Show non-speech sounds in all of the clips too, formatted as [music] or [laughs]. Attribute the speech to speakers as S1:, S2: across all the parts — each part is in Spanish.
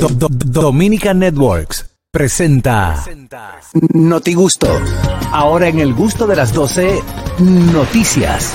S1: Do- Do- Dominica Networks presenta Noti Gusto. Ahora en el gusto de las 12, noticias.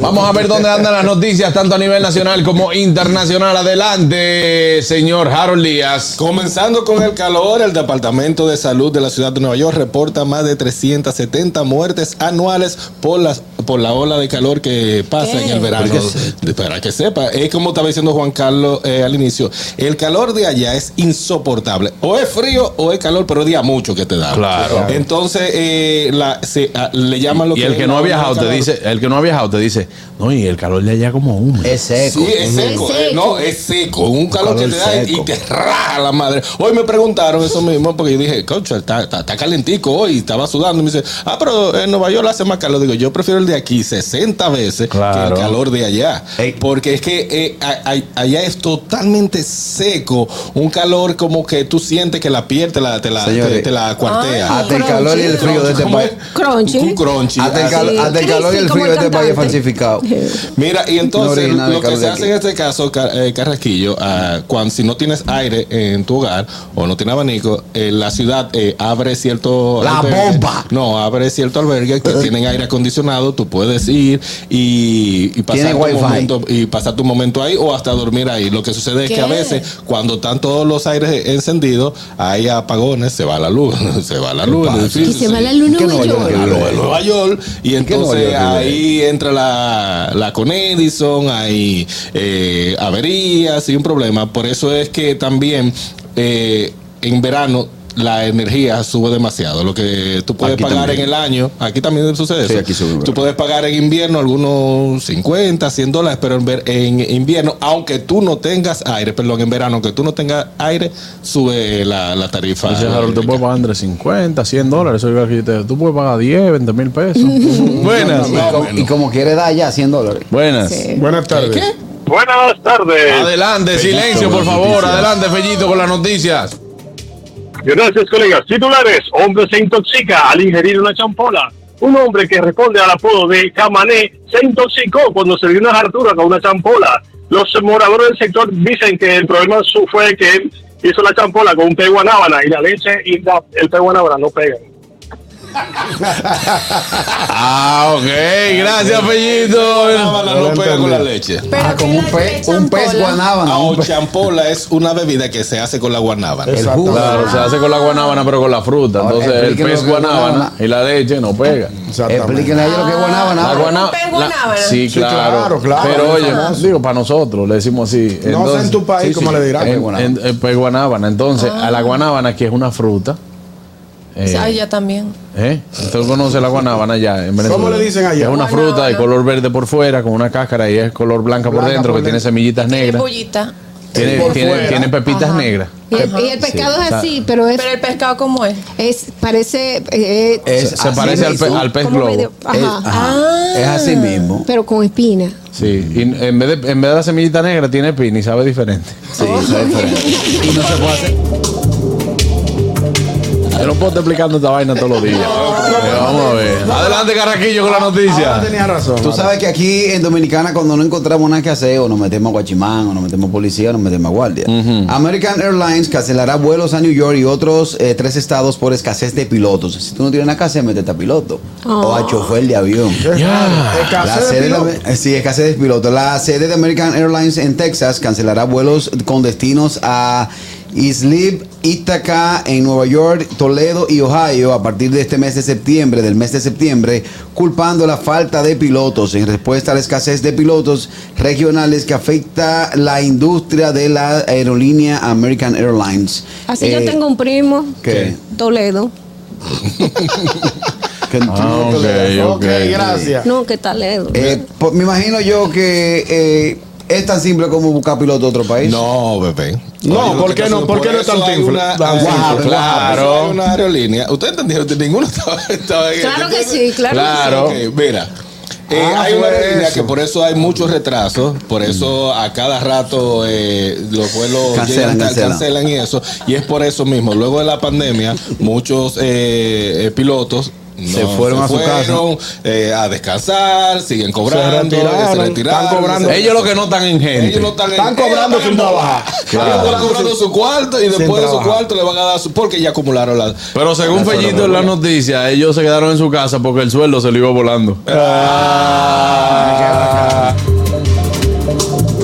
S2: Vamos a ver dónde andan las noticias, tanto a nivel nacional como internacional. Adelante, señor Harold Díaz.
S3: Comenzando con el calor, el Departamento de Salud de la Ciudad de Nueva York reporta más de 370 muertes anuales por las por la ola de calor que pasa en el verano. De- Para que sepa, es como estaba diciendo Juan Carlos eh, al inicio, el calor de allá es insoportable. O es frío o es calor, pero es día mucho que te da.
S2: Claro.
S3: Entonces, eh, la- se- ah, le llaman lo
S2: Y el que
S3: es
S2: no ha
S3: la ola
S2: viajado
S3: de
S2: te
S3: calor.
S2: dice, el que no ha viajado te dice, no, y el calor de allá como húmedo.
S4: Es seco.
S3: Sí, es seco.
S5: Es seco.
S3: eh, No, es seco. Un calor, que
S4: calor
S3: te da y-
S4: seco.
S3: y te raja la madre. Hoy me preguntaron eso mismo porque yo dije, cocho, está, está, está calentico hoy. Estaba sudando. Y me dice, ah, pero en Nueva York hace más calor. Digo, yo prefiero el de aquí 60 veces
S2: Claro.
S3: que el calor de allá.
S4: Ey.
S3: Porque es que eh, a- a- allá es totalmente seco. Un calor como que tú sientes que la piel te la, te la,
S4: Señores.
S3: te- te la cuartea.
S5: Ay,
S4: Hasta el calor y el frío de este
S3: ¿Cómo
S4: país.
S3: es?
S5: Crunchy.
S3: Un crunchy.
S4: Hasta el,
S3: así
S4: calo-
S5: Sí,
S4: hasta el calor y el
S5: crisis, como
S4: frío de este
S5: el
S4: país es
S5: cantante.
S4: falsificado.
S3: Mira, y entonces
S4: original de
S3: lo que
S4: Carlos
S3: se
S4: de
S3: hace en
S4: aquí.
S3: este caso, Car- eh, Carrasquillo, ah, cuando si no tienes aire en tu hogar o no tienes abanico, eh, la ciudad eh, abre cierto
S4: La bomba.
S3: No, abre cierto albergue
S4: [laughs]
S3: que tienen aire acondicionado, tú puedes ir y, y pasar
S4: Tiene
S3: tu
S4: wifi.
S3: momento y pasar tu momento ahí o hasta dormir ahí. Lo que sucede es que a
S5: ¿Qué?
S3: veces cuando están todos los aires encendidos, hay apagones, se va la luz, [laughs] se va la luz, el edificio,
S5: Y se va
S3: sí.
S5: la luna
S4: ¿Qué
S5: Nueva
S4: no
S5: York.
S4: vaya a quedar?
S3: Lo de Nueva York y
S4: Nueva
S3: entonces
S4: York, Nueva
S3: ahí entra la, la con Edison, hay eh, averías y un problema. Por eso es que también eh, en verano la energía sube demasiado. Lo que tú puedes
S4: Aquí
S3: pagar
S4: también.
S3: en el año, aquí también sucede
S4: Sí,
S3: eso.
S4: aquí sube en
S3: tú
S4: verano.
S3: puedes pagar en invierno algunos 50, 100 dólares, pero en, ver- en invierno, aunque tú no tengas aire, perdón, en verano, aunque tú no tengas aire, sube la, la tarifa.
S2: Dice Harold, tú
S3: eléctrica.
S2: puedes pagar entre 50, 100 dólares. Oiga, aquí te- Tú puedes pagar 10, 20 mil
S4: [laughs]
S2: pesos. Buenas.
S4: Y, como, y como quiere dar ya 100 dólares.
S2: Buenas.
S6: Buenas tardes.
S7: Buenas tardes.
S2: Adelante, silencio, por favor. Adelante, Fellito, con las noticias.
S7: Gracias, colegas. Titulares. Hombre se intoxica al ingerir una champola. Un hombre que responde al apodo de Camané se intoxicó cuando se dio una hartura con una champola. Los moradores del sector dicen que el problema su- fue que él hizo la champola con un pego a nábana y la leche y la- el pego a nábana no pegan.
S2: Ah, ok. Gracias,
S3: Ah, la
S2: Fellito.
S3: no pega con la leche.
S5: Pero
S4: Ah,
S5: que
S4: como un,
S5: la
S4: pe-
S5: champola.
S4: un pez guanábana.
S3: Ah,
S4: un
S3: o
S4: pez-
S3: champola es una bebida que se hace con la guanábana.
S4: el jugo.
S2: Claro, se hace con la guanábana, pero con la fruta.
S4: Ahora,
S2: Entonces, el
S4: explíquenos
S2: pez
S4: lo que es
S2: guanábana
S4: guanábana.
S2: y la leche no pega.
S6: Exactamente.
S4: Explíquenle a ellos lo que es guanábana.
S2: Ah, La
S4: ahora.
S2: guana-
S5: ¿Un pez
S2: la-
S5: guanábana?
S2: sí,
S6: Sí,
S2: claro.
S6: claro, claro,
S2: Pero
S6: es
S2: oye,
S6: famoso.
S2: digo, para nosotros le decimos así.
S6: No sé en tu país cómo le dirán.
S2: En, en- en- pues, guanábana. Entonces, a la guanábana, que es una fruta. eh,
S5: Ah, ya también.
S2: ¿eh? Usted conoce la guanábana ya en Venezuela.
S6: ¿Cómo le dicen allá?
S2: Es una
S5: Guanábana.
S2: fruta de color verde por fuera, con una cáscara y es color blanca, por
S6: Blanca
S2: dentro,
S6: por
S2: que tiene
S6: dentro.
S2: semillitas negras.
S5: Cebollita.
S2: Tiene,
S6: Por
S2: tiene-
S6: fuera.
S2: tiene pepitas negras.
S8: Y el, y el pescado es
S2: está-
S8: así, pero es,
S5: Pero el pescado, ¿cómo es?
S8: es parece eh, eh,
S4: Es
S2: Se- se
S4: así
S2: parece al, pe-
S4: mismo.
S2: al pez
S8: como
S2: globo.
S8: medio-
S3: Eh,
S8: ajá,
S4: Es,
S5: Ah.
S4: ajá, es así mismo.
S8: pero con espina.
S2: Sí, y en vez, de, en vez de la semillita negra tiene pin y sabe diferente.
S4: Sí,
S5: Oh.
S4: eso es diferente. Y no se puede hacer.
S2: Yo no puedo estar explicando esta vaina todos los días. Pero vamos a ver. Adelante, Carraquillo, con la
S6: Ahora
S2: noticia.
S6: tenía razón.
S4: Tú
S6: ahora.
S4: sabes que aquí en Dominicana, cuando no encontramos nada que hacer, o nos metemos a guachimán, o nos metemos a policía, o nos metemos a guardia. American Airlines cancelará vuelos a New York y otros eh, tres estados por escasez de pilotos. Si tú no tienes nada que hacer, métete a piloto
S5: Oh.
S4: o a chofer de avión.
S6: Es raro.
S4: La
S6: Escasez de
S4: sede de,
S6: pilotos.
S4: eh, sí, escasez de pilotos. La sede de American Airlines en Texas cancelará vuelos con destinos a Islip, Ithaca, en Nueva York, Toledo y Ohio a partir de este mes de septiembre, del mes de septiembre, culpando la falta de pilotos en respuesta a la escasez de pilotos regionales que afecta la industria de la aerolínea American Airlines.
S8: Así
S4: Eh,
S8: yo tengo un primo,
S4: ¿Qué?
S8: Toledo.
S4: que-
S2: Ah, ok, ok.
S6: Ok, gracias.
S8: No, que Toledo.
S4: Eh, pues, me imagino yo que eh, es tan simple como buscar piloto de otro país.
S3: No, bebé.
S6: No,
S3: Oye, lo
S6: ¿por
S3: que
S6: qué
S3: está
S6: no?
S3: haciendo-
S6: ¿Por qué no
S3: eso
S6: tan
S3: hay
S6: simple?
S3: una-
S6: Tan
S3: hay-
S6: simple,
S3: Ah, Claro.
S2: claro.
S3: Hay una aerolínea. Ustedes entendieron que ninguno [laughs] estaba, estaba en-
S8: Claro que sí, claro.
S2: Claro.
S3: Ok, mira. eh,
S6: Ah,
S3: hay una
S6: fue
S3: aerolínea
S6: eso.
S3: que por eso Mm. hay muchos retrasos, por eso a cada rato eh, los vuelos
S4: Cancelan,
S3: llegan, [laughs]
S4: cancelan.
S3: cancelan y eso, y es por eso mismo. Luego de la pandemia, muchos eh, eh, pilotos
S4: Se fueron a su casa.
S9: fueron, eh, a descansar, siguen cobrando, que se retiraron.
S3: retiraron, están cobrando.
S9: se-
S2: Ellos los que no están en gente.
S9: Ellos no están, en-
S3: Están
S9: ellos
S3: cobrando
S9: están
S3: sin
S9: en-
S3: trabajar.
S9: Ellos
S2: Claro.
S9: están cobrando su cuarto y después de su
S3: trabajar.
S9: cuarto le van a dar su. Porque ya acumularon la.
S2: Pero según Fellito en la noticia, ellos se quedaron en su casa porque el sueldo se le iba volando.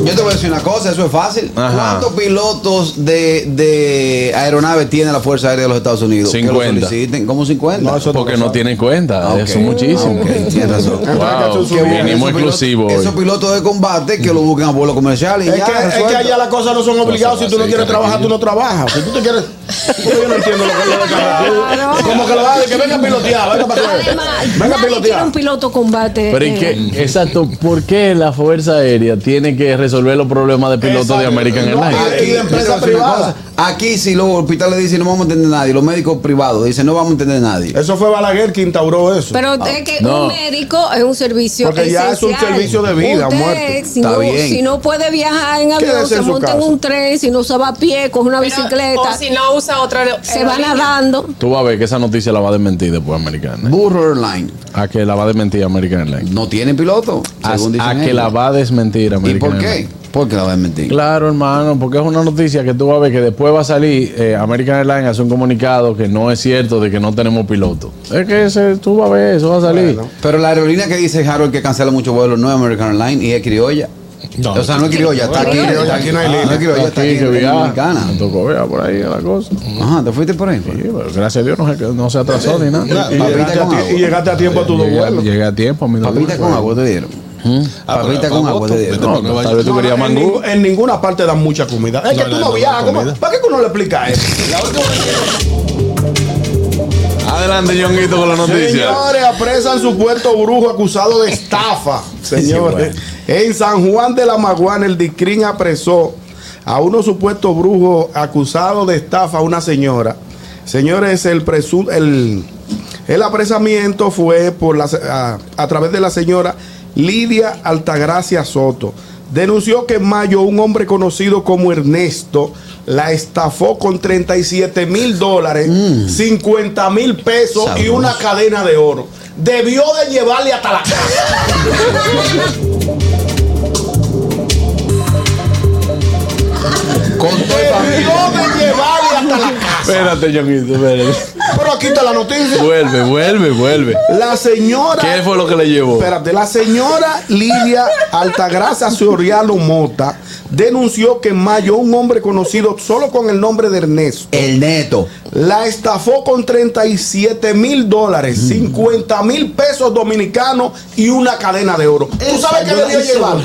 S4: Yo te voy a decir una cosa, eso es fácil.
S2: Ajá.
S4: ¿Cuántos pilotos de, de aeronaves tiene la Fuerza Aérea de los Estados Unidos? Que lo
S2: 50.
S4: soliciten. ¿Cómo 50?
S3: No, eso
S2: Porque no tienen cuenta.
S4: Ah, ok.
S2: Eso es muchínimo.
S4: Ah, ok, [laughs] tienes razón.
S2: Wow,
S3: Entonces,
S4: Qué bueno,
S2: vinimos
S4: esos pilotos-
S2: exclusivo hoy.
S4: Esos pilotos de combate que lo buscan a vuelo comercial y
S3: Es
S4: ya.
S3: que, es
S4: resuelto.
S3: que allá las cosas no son obligadas. Si tú no
S9: así,
S3: quieres trabajar, tú no trabajas. Si tú te quieres. Yo no entiendo lo que es lo de Caracol. Como que lo va a decir que venga a pilotear, venga para acá.
S8: Además,
S3: Venga a
S8: nadie quiere
S3: pilotear.
S8: un piloto combate.
S2: Pero ¿y
S8: eh,
S2: qué? Exacto. ¿Por qué la Fuerza Aérea tiene que resolver los problemas de pilotos de
S3: Exacto.
S2: American
S3: No,
S2: Airlines?
S3: y de empresa
S4: yo te voy a decir una
S3: privada.
S4: cosa. Aquí si los hospitales dicen no vamos a entender a nadie, los médicos privados dicen no vamos a entender a nadie.
S3: Eso fue Balaguer quien instauró eso.
S8: Pero es que
S2: No.
S8: un médico es un servicio
S3: Ah, Porque ya es un
S8: esencial.
S3: servicio de vida,
S8: Usted,
S3: muerte.
S8: Si,
S4: Está
S8: no,
S4: bien.
S8: si no puede viajar en avión,
S3: Quédese
S8: se
S3: en su
S8: monta en
S3: casa.
S8: un tren, si no se va a pie, coge una bicicleta,
S5: O si no usa eh, otra.
S8: se va nadando.
S2: Tú vas a ver que esa noticia la va a desmentir después
S3: Eh.
S2: American.
S4: Burro Airline
S2: A que la va a desmentir American Airlines.
S4: no tiene piloto,
S2: A,
S4: según dicen
S2: a que
S4: ellos.
S2: la va a desmentir
S4: ¿Y
S2: American
S4: por qué?
S2: Airlines.
S4: ¿Por qué la va a mentir?
S2: Claro, hermano, porque es una noticia que tú vas a ver que después va a salir eh, American Airlines hace un comunicado que no es cierto de que no tenemos piloto. Es que ese, tú vas a ver, eso va a salir.
S4: Pero la aerolínea que dice Harold que cancela muchos vuelos no es American Airlines y es criolla. o sea, no es criolla, está aquí. Ah,
S3: criolla, aquí no hay línea.
S4: No es criolla, está aquí, en
S2: que
S4: República
S2: viaja.
S4: Dominicana.
S2: Me tocó ver por ahí la cosa.
S4: Ajá, te fuiste por ahí.
S2: Sí, pero gracias a Dios no se, no se atrasó ni nada.
S3: Y
S4: Papita
S3: llegaste, a
S4: con
S3: ti-
S4: agua.
S3: y llegaste a tiempo a tu dos
S2: Llegué, a-
S3: vuelos.
S2: llegué a tiempo, a mi
S4: Papita
S2: domingo.
S4: con agua te dieron.
S3: Ah,
S4: Papita con agua te dieron.
S2: No, no, tal vez tú
S3: No,
S2: querías
S3: en,
S2: mangú.
S3: ningún- en ninguna parte dan mucha comida. Es
S9: No,
S3: que
S9: no,
S3: tú
S9: no
S3: no
S9: dan
S3: viajas. ¿cómo-
S9: comida.
S3: ¿Para qué que uno le explica eso?
S9: La última vez que-
S2: Adelante, Ñonguito, con la noticia.
S3: Señores, apresan supuesto brujo acusado de estafa. Señores, en San Juan de la Maguana, el DICRIN apresó a unos supuestos brujos acusados de estafa a una señora. Señores, el presun- el, el apresamiento fue por la, se- a, a través de la señora Lidia Altagracia Soto. Denunció que en mayo un hombre conocido como Ernesto la estafó con 37 mil dólares, 50 mil pesos y
S4: Sabroso.
S3: una cadena de oro. Debió de llevarle hasta la casa.
S4: Con todo el
S3: Debió de llevarle hasta la casa.
S2: Espérate, Ñonguito, espérate.
S3: Pero aquí está la noticia.
S2: Vuelve, vuelve, vuelve.
S3: La señora.
S2: ¿Qué fue lo que le llevó?
S3: Espérate, la señora Lidia Altagracia Soriano Mota denunció que en mayo un hombre conocido solo con el nombre de Ernesto
S4: El neto.
S3: la estafó con 37 mil dólares,
S2: Mm.
S3: 50 mil pesos dominicanos y una cadena de oro. ¿Tú sabes qué debió llevar? [laughs]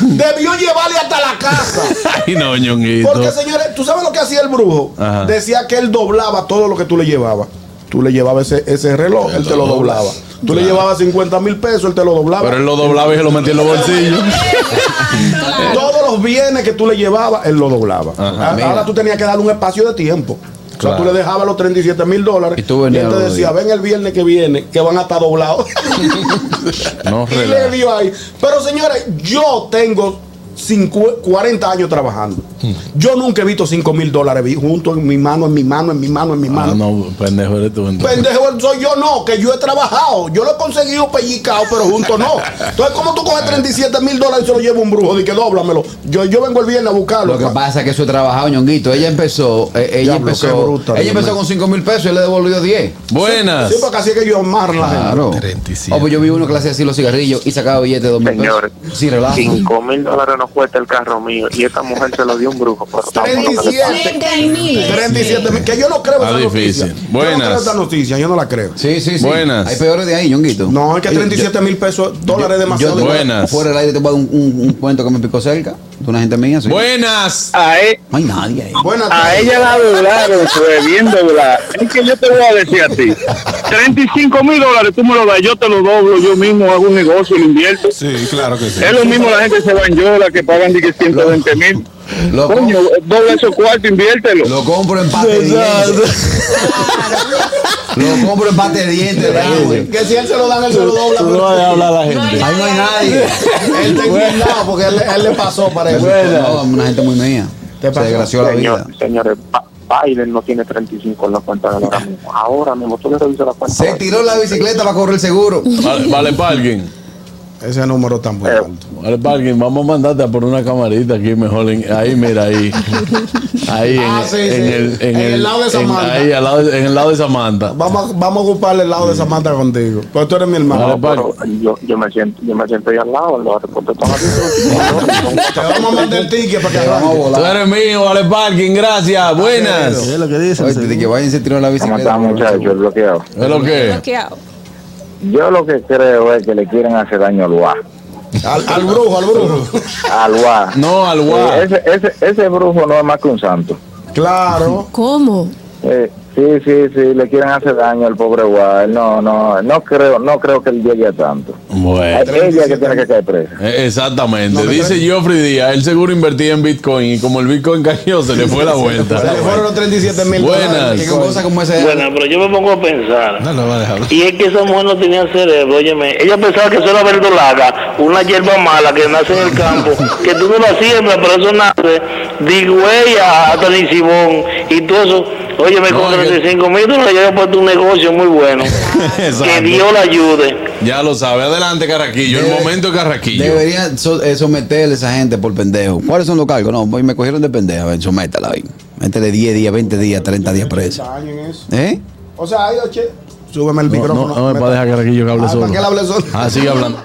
S3: Debió llevarle hasta la casa.
S2: Ay, no, Ñonguito.
S3: Porque, señores, ¿tú sabes lo que hacía el brujo?
S2: Ajá.
S3: Decía que él doblaba todo lo que tú le llevabas. Tú le llevabas ese, ese reloj, él te lo doblaba. Tú le llevabas 50 mil pesos, él te lo doblaba.
S2: Pero él lo doblaba y se lo metía en los bolsillos.
S3: Todos los bienes que tú le llevabas, él lo doblaba. A-
S4: Ah, mira.
S3: Ahora tú tenías que darle un espacio de tiempo. O sea, tú
S2: Claro.
S3: le dejabas los 37 mil dólares
S4: Y
S3: y,
S4: tú venías
S3: él te
S4: los dos
S3: decía, ven el viernes que viene, que van a estar doblados. [laughs]
S2: No,
S3: y le
S2: relaja.
S3: dio ahí. Pero señores, yo tengo cincu- 40 años trabajando.
S2: Hmm.
S3: Yo nunca he visto 5 mil dólares vi- juntos en mi mano, en mi mano, en mi mano, en mi
S2: Ah,
S3: mano. pues,
S2: no, pendejo eres tú entonces.
S3: Pendejo soy yo, no, que yo he
S2: Ah,
S3: trabajado. Yo lo he conseguido pellicado, pero junto no.
S2: [laughs]
S3: Entonces, ¿cómo tú coges 37 mil dólares y se lo lleva un brujo? Di que dóblamelo. Yo, yo vengo el viernes a buscarlo.
S4: Lo que pasa es que eso trabajaba ñonguito. Ella empezó, eh, ella
S3: Diablo, qué
S4: empezó,
S3: bruta,
S4: ella
S3: Dios
S4: empezó
S3: mío.
S4: con 5 mil pesos y él le devolvió 10.
S2: Buenas.
S3: Sí, pues, porque así es que yo amarro la gente.
S4: Claro.
S9: 37.
S4: Oh, pues yo vi uno que le hacía así los cigarrillos y sacaba billetes de 2 mil pesos.
S10: Señores,
S4: Sí, relajo.
S10: cinco mil dólares nos cuesta el carro mío y esta mujer se lo dio un brujo. Pero vamos, lo que le pasa.
S3: 37. 37 mil. Que yo no creo
S2: Está
S3: esa
S2: difícil.
S3: noticia. Yo no
S2: Buenas.
S3: creo esa noticia, yo no la creo.
S4: Sí, sí, sí.
S2: Buenas.
S4: Hay peores de ahí, ñonguito.
S3: No, es que
S4: Yo-
S3: 37 mil pesos,
S4: yo-
S3: dólares
S4: yo-
S3: demasiado.
S4: yo te voy a-
S2: Buenas.
S4: Fuera del aire te voy a dar un, un- un cuento que me picó cerca de una gente mía. sí.
S2: Buenas.
S7: A, e-
S4: No hay nadie ahí.
S3: Buenas
S7: a ella la doblaron, fue bien doblada. Es que yo te voy a decir a ti: 35 mil dólares tú me lo das, yo te lo doblo, yo mismo hago un negocio, lo invierto.
S9: Sí, claro que sí.
S7: Es lo mismo la gente que se va en yola, que pagan de que 120 mil.
S4: Lo, com-
S7: Coño, dobla esos cuartos, inviértelo.
S4: lo compro en pate de dientes. Lo compro en pate de dientes. relajo, güey.
S3: Que si él se lo dan, él se lo dobla.
S2: Tú no
S3: pero-
S2: dejas hablar a la gente.
S4: Ahí no hay nadie.
S3: Él está indignado porque él, él le pasó para eso.
S4: No, una gente muy mía. Se
S3: pasó?
S4: desgració la vida.
S10: Señor- Señores, pa-
S11: Biden no tiene 35 en la cuenta de él ahora mismo. Ahora mismo, tú le revisas la cuenta.
S4: Se tiró la bicicleta para correr el seguro.
S2: Vale, Ah, vale parking.
S6: Ese número tan muy
S11: Eh,
S6: alto.
S2: Vale parking. Vamos a mandarte a por una camarita aquí mejor. en- ahí, mira, ahí. Ahí,
S6: Ah,
S2: en,
S6: sí,
S2: en
S6: sí.
S2: El,
S6: En el lado de
S2: en-
S6: Samantha.
S2: ahí, al lado de- en el lado de Samantha. Mm.
S6: Vamos, a- vamos a ocupar el lado de Samantha contigo. Pues tú eres mi hermano.
S2: Vale,
S11: No, pero yo, yo me siento, yo me siento ahí al lado, los aeropuertos
S6: [laughs]
S11: están abiertos.
S6: Te vamos a mandar el ticket para que
S4: Te vamos a
S6: arranque.
S2: Tú
S4: volar.
S2: eres mío, vale parking.
S6: Ah,
S2: Gracias. Buenas.
S12: Es lo que dicen.
S4: Oye, desde que vayan se tiró la
S11: ¿Cómo
S4: bicicleta.
S11: está, muchachos? El bloqueado.
S2: ¿Es lo que?
S8: bloqueado.
S11: Yo lo que creo es que le quieren hacer daño al UA.
S6: Al, al brujo, al brujo.
S11: Al UA.
S2: No, al
S11: Eh,
S2: guar.
S11: ese, ese, ese brujo no es más que un santo.
S6: Claro.
S8: ¿Cómo?
S11: Eh, sí, sí, sí, le quieren hacer daño al pobre Guay. No, no, no creo, no creo que él llegue a tanto.
S2: Bueno.
S11: Es ella que tiene que caer presa.
S2: Eh, Exactamente.
S6: No, me
S2: Dice Geoffrey Díaz, él seguro invertía en Bitcoin y como el Bitcoin [laughs] cayó, se le fue la vuelta.
S6: Se le fueron los 37 mil
S2: Buenas.
S4: Que con cosas como esa.
S7: Bueno, pero yo me pongo a pensar.
S3: No lo va a dejar.
S7: Y es que esa mujer no tenía cerebro, óyeme. Ella pensaba que eso era verdolaga, una hierba mala que nace en
S2: [laughs]
S7: el campo, que tú no la siembras, pero eso nace de huella hasta el Sibón y todo eso. Óyeme,
S2: No,
S7: con
S2: es que-
S7: 35 mil dólares yo he puesto un negocio muy bueno.
S2: [laughs]
S7: que
S2: Exacto.
S7: Dios la ayude.
S2: Ya lo sabe. Adelante, Carraquillo. El
S4: Debe-
S2: momento de Carraquillo.
S4: Deberían so- eh, someterle a esa gente por pendejo. ¿Cuáles son los cargos? No, voy- me cogieron de pendejo. Ven, sométala ahí. Métele 10 días, 20 días, 30 días preso. ¿Eh?
S6: O sea, hay ocho. Súbeme el
S2: No,
S6: micrófono.
S2: no, no me puede dejar Carraquillo que hable
S6: Ah,
S2: solo.
S6: ¿para qué él hable solo?
S2: Ah, sigue hablando.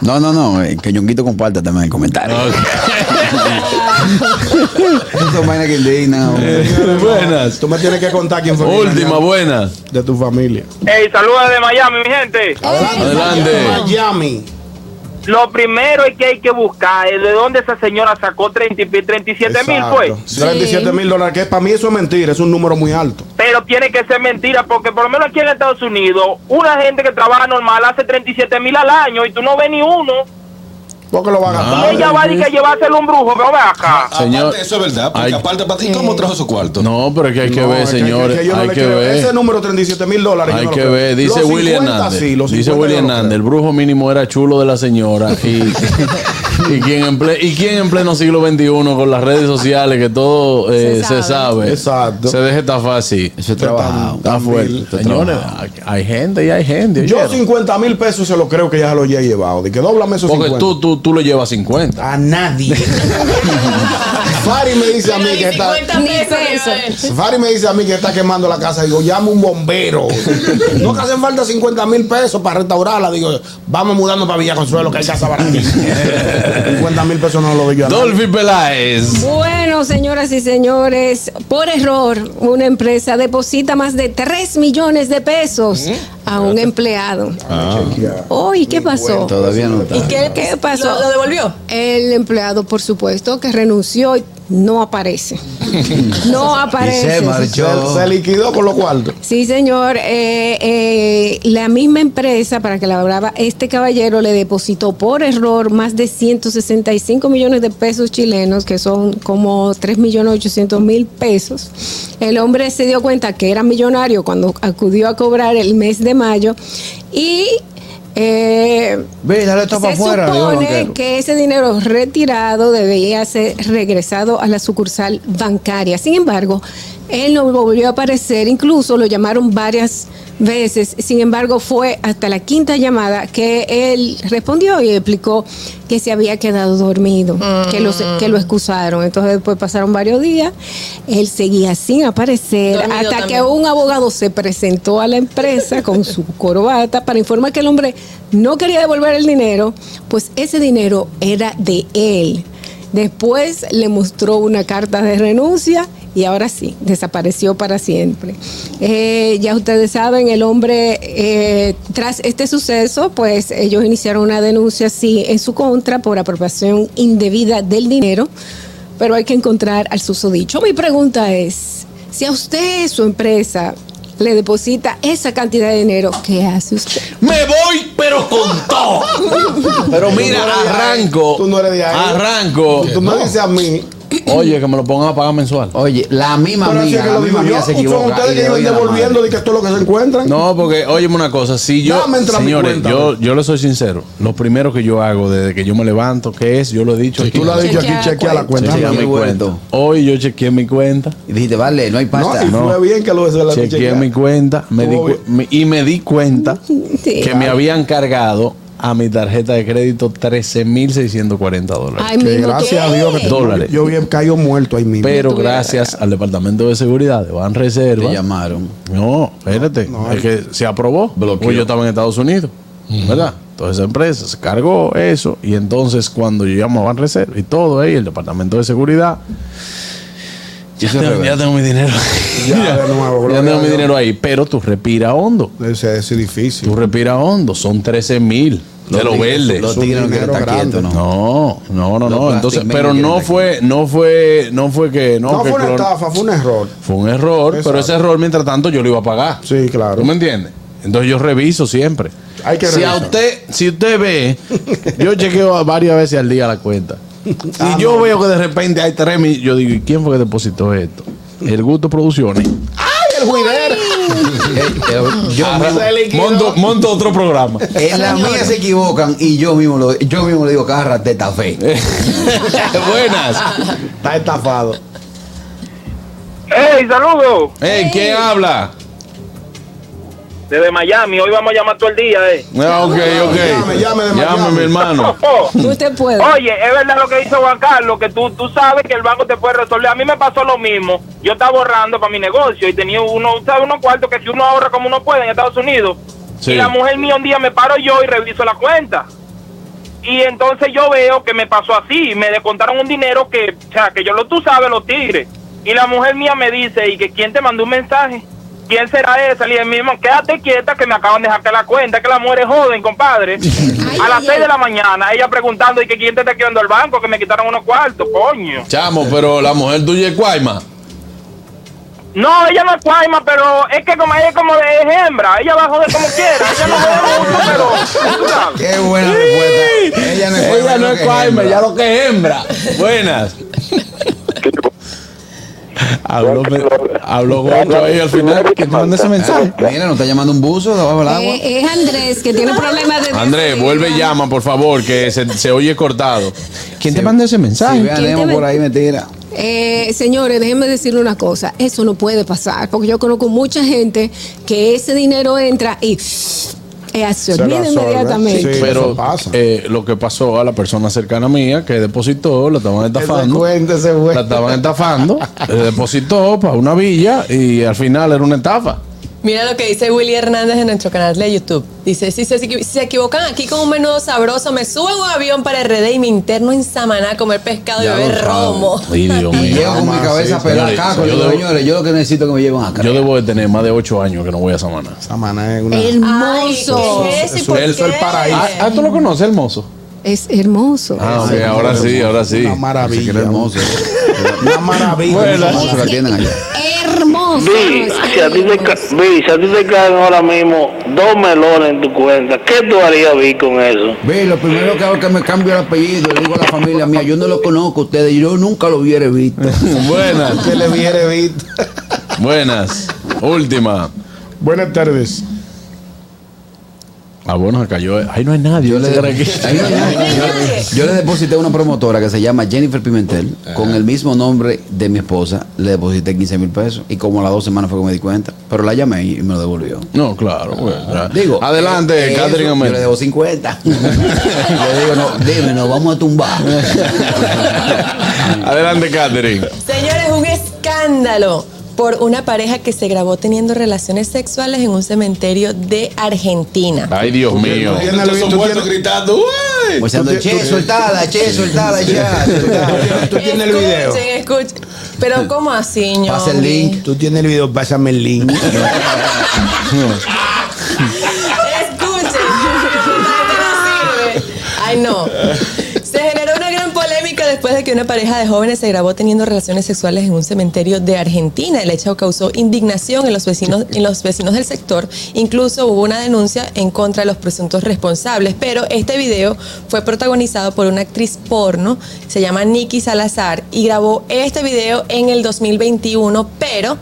S4: No, no, no. eh, que Yonguito comparta también el comentario. Eso vaina que indigna, hombre.
S2: Eh. [laughs] buenas.
S6: Tú me tienes que contar
S2: [laughs]
S6: quién fue. que
S2: Última,
S6: engañaste
S2: buenas.
S6: De tu familia.
S7: Hey, saludos de Miami, mi gente.
S2: Adelante.
S6: Miami.
S7: Lo primero es que hay que buscar es de dónde esa señora sacó 37 mil,
S6: Exacto.
S7: pues.
S6: 37 mil dólares, que para mí eso es mentira, es un número muy alto.
S7: Pero tiene que ser mentira, porque por lo menos aquí en Estados Unidos, una gente que trabaja normal hace 37 mil al año y tú no ves ni uno.
S6: ¿Por qué lo va a gastar?
S7: y ella va a decir que llevárselo a un brujo, pero ve acá.
S2: Señor,
S3: Aparte, eso es verdad, porque
S2: hay-
S3: aparte, ¿para ti cómo trajo su cuarto?
S2: No, pero es que hay que
S6: No,
S2: ver,
S6: es es
S2: señores.
S6: yo no
S2: hay
S6: le
S2: que
S6: creo.
S2: ver.
S6: Ese número 37 mil dólares. yo
S2: Hay
S6: no lo
S2: que
S6: creo.
S2: ver, dice
S6: Los
S2: William
S6: 50
S2: Hernández.
S6: sí, los
S2: dice
S6: 50 yo
S2: William
S6: no lo
S2: Hernández, el
S6: creo.
S2: brujo mínimo era chulo de la señora.
S6: [laughs]
S2: Y, y quien en ple- y quien en pleno siglo XXI con las redes sociales, que todo eh, se,
S8: Se
S2: sabe.
S8: sabe.
S6: Exacto.
S2: se deje estafar así.
S4: Eso es trabajo.
S2: Está fuerte. Señores, hay gente y hay gente.
S6: Yo
S2: ¿oyeron?
S6: 50 mil pesos se lo creo que ya se lo he llevado. De que doblame esos
S2: Porque
S6: 50.
S2: tú, tú, tú lo llevas 50.
S6: A nadie. Fari me dice a mí que está.
S8: Ni
S6: Fari me dice a mí que está quemando la casa. Digo, llama un bombero. [laughs] no que hacen falta 50 mil pesos para restaurarla. Digo, vamos mudando para Villa Consuelo, que hay casa baratita.
S2: [laughs]
S6: 50 mil pesos no lo doy yo a nadie.
S2: Dolphy Peláez.
S8: Bueno, señoras y señores, por error, una empresa deposita más de 3 millones de pesos a un empleado.
S4: Ah.
S8: Hoy, ¿qué pasó?
S4: Todavía no está.
S5: ¿Y qué,
S8: ¿Qué pasó?
S5: ¿Lo, lo devolvió?
S8: El empleado, por supuesto, que renunció y
S4: [laughs]
S8: no aparece. No
S4: Y se
S8: aparece.
S4: marchó.
S6: Se, se liquidó con lo cuartos.
S8: Sí, señor. eh, eh, la misma empresa para que la hablaba, este caballero le depositó por error más de 165 millones de pesos chilenos, que son como 3 millones 800 mil pesos. El hombre se dio cuenta que era millonario cuando acudió a cobrar el mes de mayo y... eh,
S4: Ve, dale esto para
S8: se
S4: afuera. digo,
S8: supone
S4: banquero.
S8: que ese dinero retirado debía ser regresado a la sucursal bancaria. Sin embargo, él no volvió a aparecer, incluso lo llamaron varias veces. Sin embargo, fue hasta la quinta llamada que él respondió y explicó que se había quedado dormido, que, lo, que
S4: Mm.
S8: lo excusaron. Entonces, después pasaron varios días, él seguía sin aparecer,
S5: Dormido
S8: hasta que
S5: también.
S8: un un abogado se presentó a la empresa con su corbata para informar que el hombre no quería devolver el dinero, pues ese dinero era de él. Después le mostró una carta de renuncia y ahora sí, desapareció para siempre. Eh, ya ustedes saben, el hombre, eh, tras este suceso, pues ellos iniciaron una denuncia, sí, en su contra por apropiación indebida del dinero pero hay que encontrar al susodicho. Mi pregunta es, si a usted su empresa le deposita esa cantidad de dinero, ¿qué hace usted?
S2: Me voy, pero con todo. Pero mira, ah,
S6: Tú no eres de ahí.
S2: arranco.
S6: Tú no eres de ahí.
S2: Arranco.
S6: Tú me dices a mí
S2: Oye, que me lo pongan a pagar mensual.
S4: Oye, la misma
S6: Pero así es
S4: amiga,
S6: que
S4: la
S6: lo
S4: misma
S6: digo yo.
S4: amiga se
S6: Son
S4: equivoca.
S6: ustedes
S4: y le
S6: que iban
S4: doy a la madre.
S6: devolviendo de que esto es lo que se encuentran.
S2: No, porque, óyeme una cosa, si yo,
S6: Dame entra a mi
S2: señores,
S6: cuenta.
S2: yo, yo le soy sincero, lo primero que yo hago desde que yo me levanto, ¿qué es? Yo lo he dicho aquí.
S6: Tú lo has dicho aquí,
S5: Chequea
S6: chequea la cuenta.
S2: Chequea
S4: Dame
S2: mi
S4: el vuelto.
S2: cuenta. Hoy yo chequeé mi cuenta,
S4: Y dijiste, vale, no hay
S6: No,
S4: pasta.
S6: y
S2: No.
S6: fue bien que lo de la
S2: chequeé
S6: chequea.
S2: mi cuenta me di
S6: Estuvo
S2: cu- me- y me di cuenta que me habían cargado a mi tarjeta de crédito 13.640 dólares.
S8: Ay,
S6: Que
S8: mijo, ¿qué?
S6: gracias a Dios que
S2: Dólares.
S6: Yo bien caído muerto ahí mismo.
S2: Pero
S8: yo tuviera
S2: gracias al Departamento de Seguridad de Ban
S4: Te
S2: Reserva,
S4: llamaron.
S2: No, espérate. es que se aprobó.
S4: Bloqueó.
S2: Porque yo estaba en Estados Unidos. ¿Verdad? Toda esa empresa se cargó eso. Y entonces, cuando yo llamo a Ban Reserva y todo ahí, el departamento de seguridad. Ya
S4: Eso es
S2: tengo,
S4: rebelde.
S2: ya tengo mi dinero.
S6: [laughs] Ya, de nuevo,
S2: [laughs] Ya
S6: gloria
S2: tengo
S6: a
S2: mi
S6: Dios.
S2: dinero ahí. Pero tú respira hondo.
S6: Ese ese es
S2: Tú
S6: difícil.
S2: respira hondo. Son 13 mil de lo verde.
S4: Los
S6: Son
S4: tigres no quieren
S6: dinero
S4: estar
S6: grande.
S4: quietos, ¿no?
S2: No, no, no,
S4: Los
S2: no.
S4: plastic
S2: Entonces,
S4: men
S2: pero
S4: que
S2: no
S4: quieren
S2: fue, no fue, no fue que. No,
S6: No
S2: que
S6: fue una
S2: clon-
S6: estafa, fue un error.
S2: Fue un error, pero
S6: Exacto.
S2: ese error, mientras tanto, yo lo iba a pagar.
S6: Sí, claro.
S2: ¿Tú me entiendes? Entonces yo reviso siempre.
S6: Hay que
S2: si
S6: revisar.
S2: a usted, si usted ve,
S6: [laughs]
S2: yo chequeo varias veces al día la cuenta. Si
S6: Ah,
S2: yo veo que de repente hay tres mil, yo digo, ¿y quién fue que depositó esto? El gusto producciones.
S6: ¡Ay, el juidero! [laughs]
S4: Eh, eh,
S6: ah,
S4: Yo mismo-
S2: Monto, monto otro programa.
S4: En la mía se equivocan y yo mismo lo, yo mismo le digo, carra, te
S2: [laughs]
S4: fe.
S2: Eh. Buenas.
S6: Está estafado.
S7: ¡Hey, saludos!
S2: Ey, ¿Quién habla?
S7: Desde Miami, hoy vamos a llamar todo el día, eh.
S2: Ah, ok, ok.
S6: Llame, llame de Miami.
S2: mi [laughs] hermano.
S8: Usted puede.
S7: Oye, es verdad lo que dice Juan Carlos, que tú, tú sabes que el banco te puede resolver. A mí me pasó lo mismo. Yo estaba ahorrando para mi negocio y tenía uno, ¿sabes? Unos cuartos que si uno ahorra como uno puede en Estados Unidos.
S2: Sí.
S7: Y la mujer mía un día me paro yo y reviso la cuenta. Y entonces yo veo que me pasó así. Me descontaron un dinero que, o sea, que yo lo, tú sabes, los tigres. Y la mujer mía me dice, ¿y que quién te mandó un mensaje? ¿Quién será esa? Le dije, mismo, quédate quieta que me acaban de sacar la cuenta, que las mujeres joden, compadre. a las
S8: [laughs] ay,
S7: 6 de la mañana, ella preguntando, ¿y que quién te está quedando al banco? Que me quitaron unos cuartos, coño.
S2: Chamo, pues, pero la mujer tuya es
S6: [laughs]
S2: Cuaima.
S7: No, ella no es cuaima, pero es que como ella es como de es hembra, ella va a joder como quiera. Ella no jode mucho, pero tú sabes.
S4: Qué buena respuesta. Ella no es
S2: Ella no Eh, es Cuaima, ya
S4: ya
S2: lo que es hembra. Buenas. Habló, habló Gocho ahí al final. ¿Quién te manda ese mensaje?
S4: Mira, nos está llamando un buzo de abajo del agua.
S8: Eh, es Andrés que tiene problemas de.
S2: Andrés, Eh, vuelve y llama, por favor, que se, se oye cortado. ¿Quién te manda ese
S4: Si
S2: mensaje?
S4: vean,
S8: ¿quién te
S4: Nemo
S8: ve?
S4: por ahí mentira.
S8: Eh, señores, déjenme decirle una cosa, eso no puede pasar, porque yo conozco mucha gente que ese dinero entra y eh, se
S6: lo
S8: olvida
S6: absorbe.
S8: inmediatamente.
S6: Sí.
S2: Pero
S6: eso pasa.
S2: eh, lo que pasó a la persona cercana mía que depositó, la estaban
S6: Ese
S2: estafando.
S6: cuento, ese
S2: La
S6: güey.
S2: estaban estafando, eh, depositó para una villa y al final era una estafa.
S5: Mira lo que dice Willy Hernández en nuestro canal de YouTube. Dice, si se, si se equivocan aquí con un menudo sabroso, me subo en un avión para RD y me interno en Samaná a comer pescado
S4: Ya
S5: y beber
S4: lo sabe.
S5: romo.
S2: Ay, Dios
S4: Y
S2: mío.
S4: llego con mi
S6: mamá,
S4: cabeza
S6: sí,
S4: pelada
S2: Ah, señores,
S4: acá,
S2: yo
S4: con los
S2: debo-
S4: señores. Yo lo que necesito es que me lleven acá.
S2: Yo debo de tener más de ocho años que no voy a Samaná.
S6: Samana es una.
S8: Hermoso.
S5: Ay, ¿qué es eso y
S6: Eso-
S5: por
S6: eso es
S5: qué?
S6: paraíso.
S2: Ah, ah, tú lo conoces, hermoso.
S8: Es hermoso.
S2: Ah, ok,
S6: Ay,
S2: ahora
S6: hermoso,
S2: sí, ahora sí.
S6: Una
S4: Así que
S6: maravilla.
S4: era hermoso.
S6: Una maravilla.
S2: Bueno.
S4: Hermoso que atiendan allá.
S8: Hermoso.
S12: Vi,
S8: es
S12: si a ti te, ca- Vi, si a ti te caen ahora mismo dos melones en tu cuenta, ¿qué tú harías, Vi, con eso?
S4: Ve, lo primero que hago es que me cambio el apellido. Le digo a la familia mía, yo no lo conozco a ustedes. Yo nunca lo hubiera visto.
S2: buenas,
S6: Que le viere visto.
S2: buenas. Última.
S6: Buenas tardes.
S2: Ah, bueno, se cayó. Ay, no hay nadie.
S4: [laughs] Yo le,
S2: Ese era aquí.
S4: Ay, no, no, no. Yo le deposité a una promotora que se llama Jennifer Pimentel, con el mismo nombre de mi esposa, le deposité 15 mil pesos y como a las dos semanas fue que me di cuenta, pero la llamé y me lo devolvió.
S2: No, claro. pues, ya.
S4: Digo,
S2: adelante,
S4: eh,
S2: Catherine
S4: eso, Yo [laughs] le
S2: Amel.
S4: debo 50. yo digo, no, dime, nos vamos a tumbar.
S2: adelante, Catherine.
S5: Señores, un escándalo por una pareja que se grabó teniendo relaciones sexuales en un cementerio de Argentina.
S2: Ay, Dios mío.
S6: Tú
S3: Estos son
S6: tienes-
S3: muertos gritando. "Uey".
S4: Pues ando, che, soltada, che, soltada,
S3: [laughs]
S4: ya.
S6: tienes- tú tienes el video.
S5: Escuchen, escuchen. Pero ¿cómo así, ño?
S4: Pasa el link.
S6: Tú tienes el video, pásame el link.
S5: Escuchen. Ay, no. Se generó una gran polémica después de que que una pareja de jóvenes se grabó teniendo relaciones sexuales en un cementerio de Argentina. El hecho causó indignación en los vecinos, en los vecinos del sector. Incluso hubo una denuncia en contra de los presuntos responsables. Pero este video fue protagonizado por una actriz porno, se llama Nikki Salazar, y grabó este video en el 2021, pero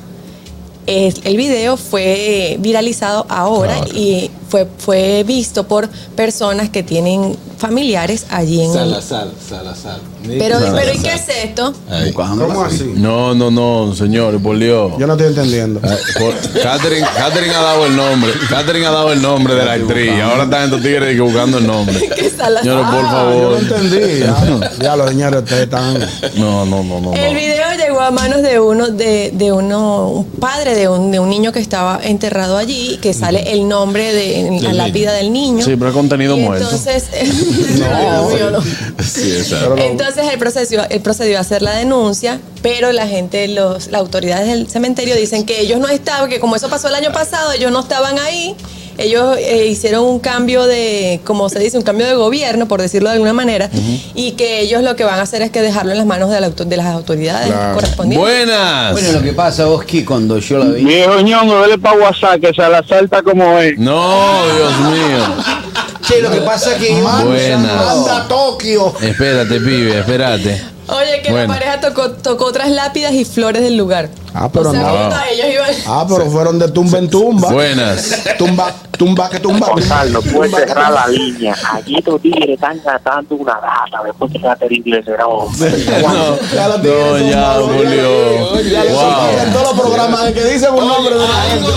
S5: es- el video fue viralizado ahora y fue, fue visto por personas que tienen familiares allí en...
S3: Salazar, Salazar.
S5: Pero,
S3: Salazar.
S5: pero ¿y qué es esto? [laughs]
S3: Ahí.
S6: ¿Cómo así?
S2: No, no, no, señor, por Dios.
S6: Yo no estoy entendiendo.
S2: Ah, por- Catherine, Catherine ha dado el nombre. Catherine ha dado el nombre de la actriz. Ahora están estos tigres que buscando el
S5: [laughs]
S2: nombre.
S5: ¿Qué Ah, es Salazar?
S2: Señores, por
S6: Yo no
S2: favor.
S6: entendí.
S2: [laughs]
S6: Ya, ya los señores ustedes están.
S2: No, no, no, no.
S5: El
S2: no.
S5: video llegó a manos de uno, de, de uno, un padre de un, de un niño que estaba enterrado allí, que sale el nombre de en la
S3: Del
S5: lápida del niño.
S2: Sí, pero es contenido
S5: Y
S2: muerto.
S5: Entonces, [laughs] Dios mío, no.
S3: Sí, exacto.
S6: Pero lo-
S5: Entonces él procedió, él procedió a hacer la denuncia, pero la gente, los, las autoridades del cementerio dicen que ellos no estaban, que como eso pasó el año pasado, ellos no estaban ahí. Ellos eh, hicieron un cambio de, como se dice, un cambio de gobierno, por decirlo de alguna manera, y que ellos lo que van a hacer es que dejarlo en las manos de, la auto- de las autoridades correspondientes.
S4: Bueno,
S2: Buenas.
S4: lo que pasa, Oski, cuando yo la vi.
S12: Viejo ñongo, dele pa' WhatsApp, que Salazar está como es.
S2: No, Dios mío.
S4: Che, lo que pasa es que.
S2: Buenas.
S6: Anda a Tokio.
S2: Espérate, pibe, espérate.
S5: Oye, que
S2: Bueno.
S5: la pareja tocó, tocó otras lápidas y flores del lugar.
S6: Ah, pero
S5: o sea,
S6: no.
S5: cuando ellos iban...
S6: Ah, pero fueron de tumba en tumba.
S2: Buenas.
S6: Tumba, tumba que tumba.
S12: Gonzalo, puedes
S6: tumba que
S12: cerrar la línea. Aquí estos tigres están tratando una data después que Catherine le cerró.
S2: [laughs] No,
S6: Ya los tigres
S2: no,
S6: son
S2: ya,
S6: malos,
S2: Julio.
S6: Ya les
S2: Wow.
S6: en todos los programas de que dicen un nombre de la gente.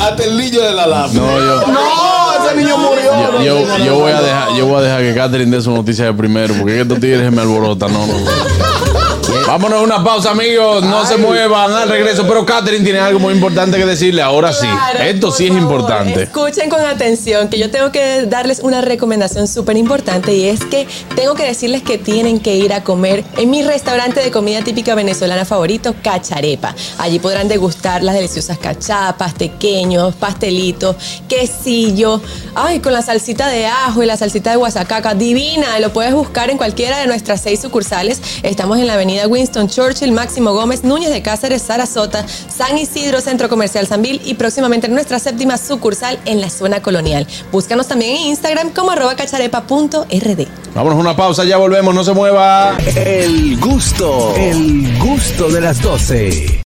S3: hasta el niño de la lámpara.
S2: No, yo.
S6: No, ese niño murió.
S2: Yo, yo- yo voy a dejar, yo voy a dejar que Catherine dé su noticia de primero, porque es que estos tigres me alborotan, no, no. no. Vámonos a una pausa, amigos. No se muevan al regreso. Pero Catherine tiene algo muy importante que decirle. Ahora sí.
S5: Claro,
S2: Esto
S5: por
S2: sí es
S5: favor,
S2: importante.
S5: Escuchen con atención que yo tengo que darles una recomendación súper importante y es que tengo que decirles que tienen que ir a comer en mi restaurante de comida típica venezolana favorito, Cacharepa. Allí podrán degustar las deliciosas cachapas, tequeños, pastelitos, quesillo, ay, con la salsita de ajo y la salsita de guasacaca, divina, lo puedes buscar en cualquiera de nuestras seis sucursales. Estamos en la avenida Winston Churchill, Máximo Gómez, Núñez de Cáceres, Sarasota, San Isidro, Centro Comercial Sanvil y próximamente en nuestra séptima sucursal en la zona colonial. Búscanos también en Instagram como arroba cacharepa.rd.
S2: Vámonos a una pausa, ya volvemos. No se mueva.
S1: El gusto, el gusto de las 12.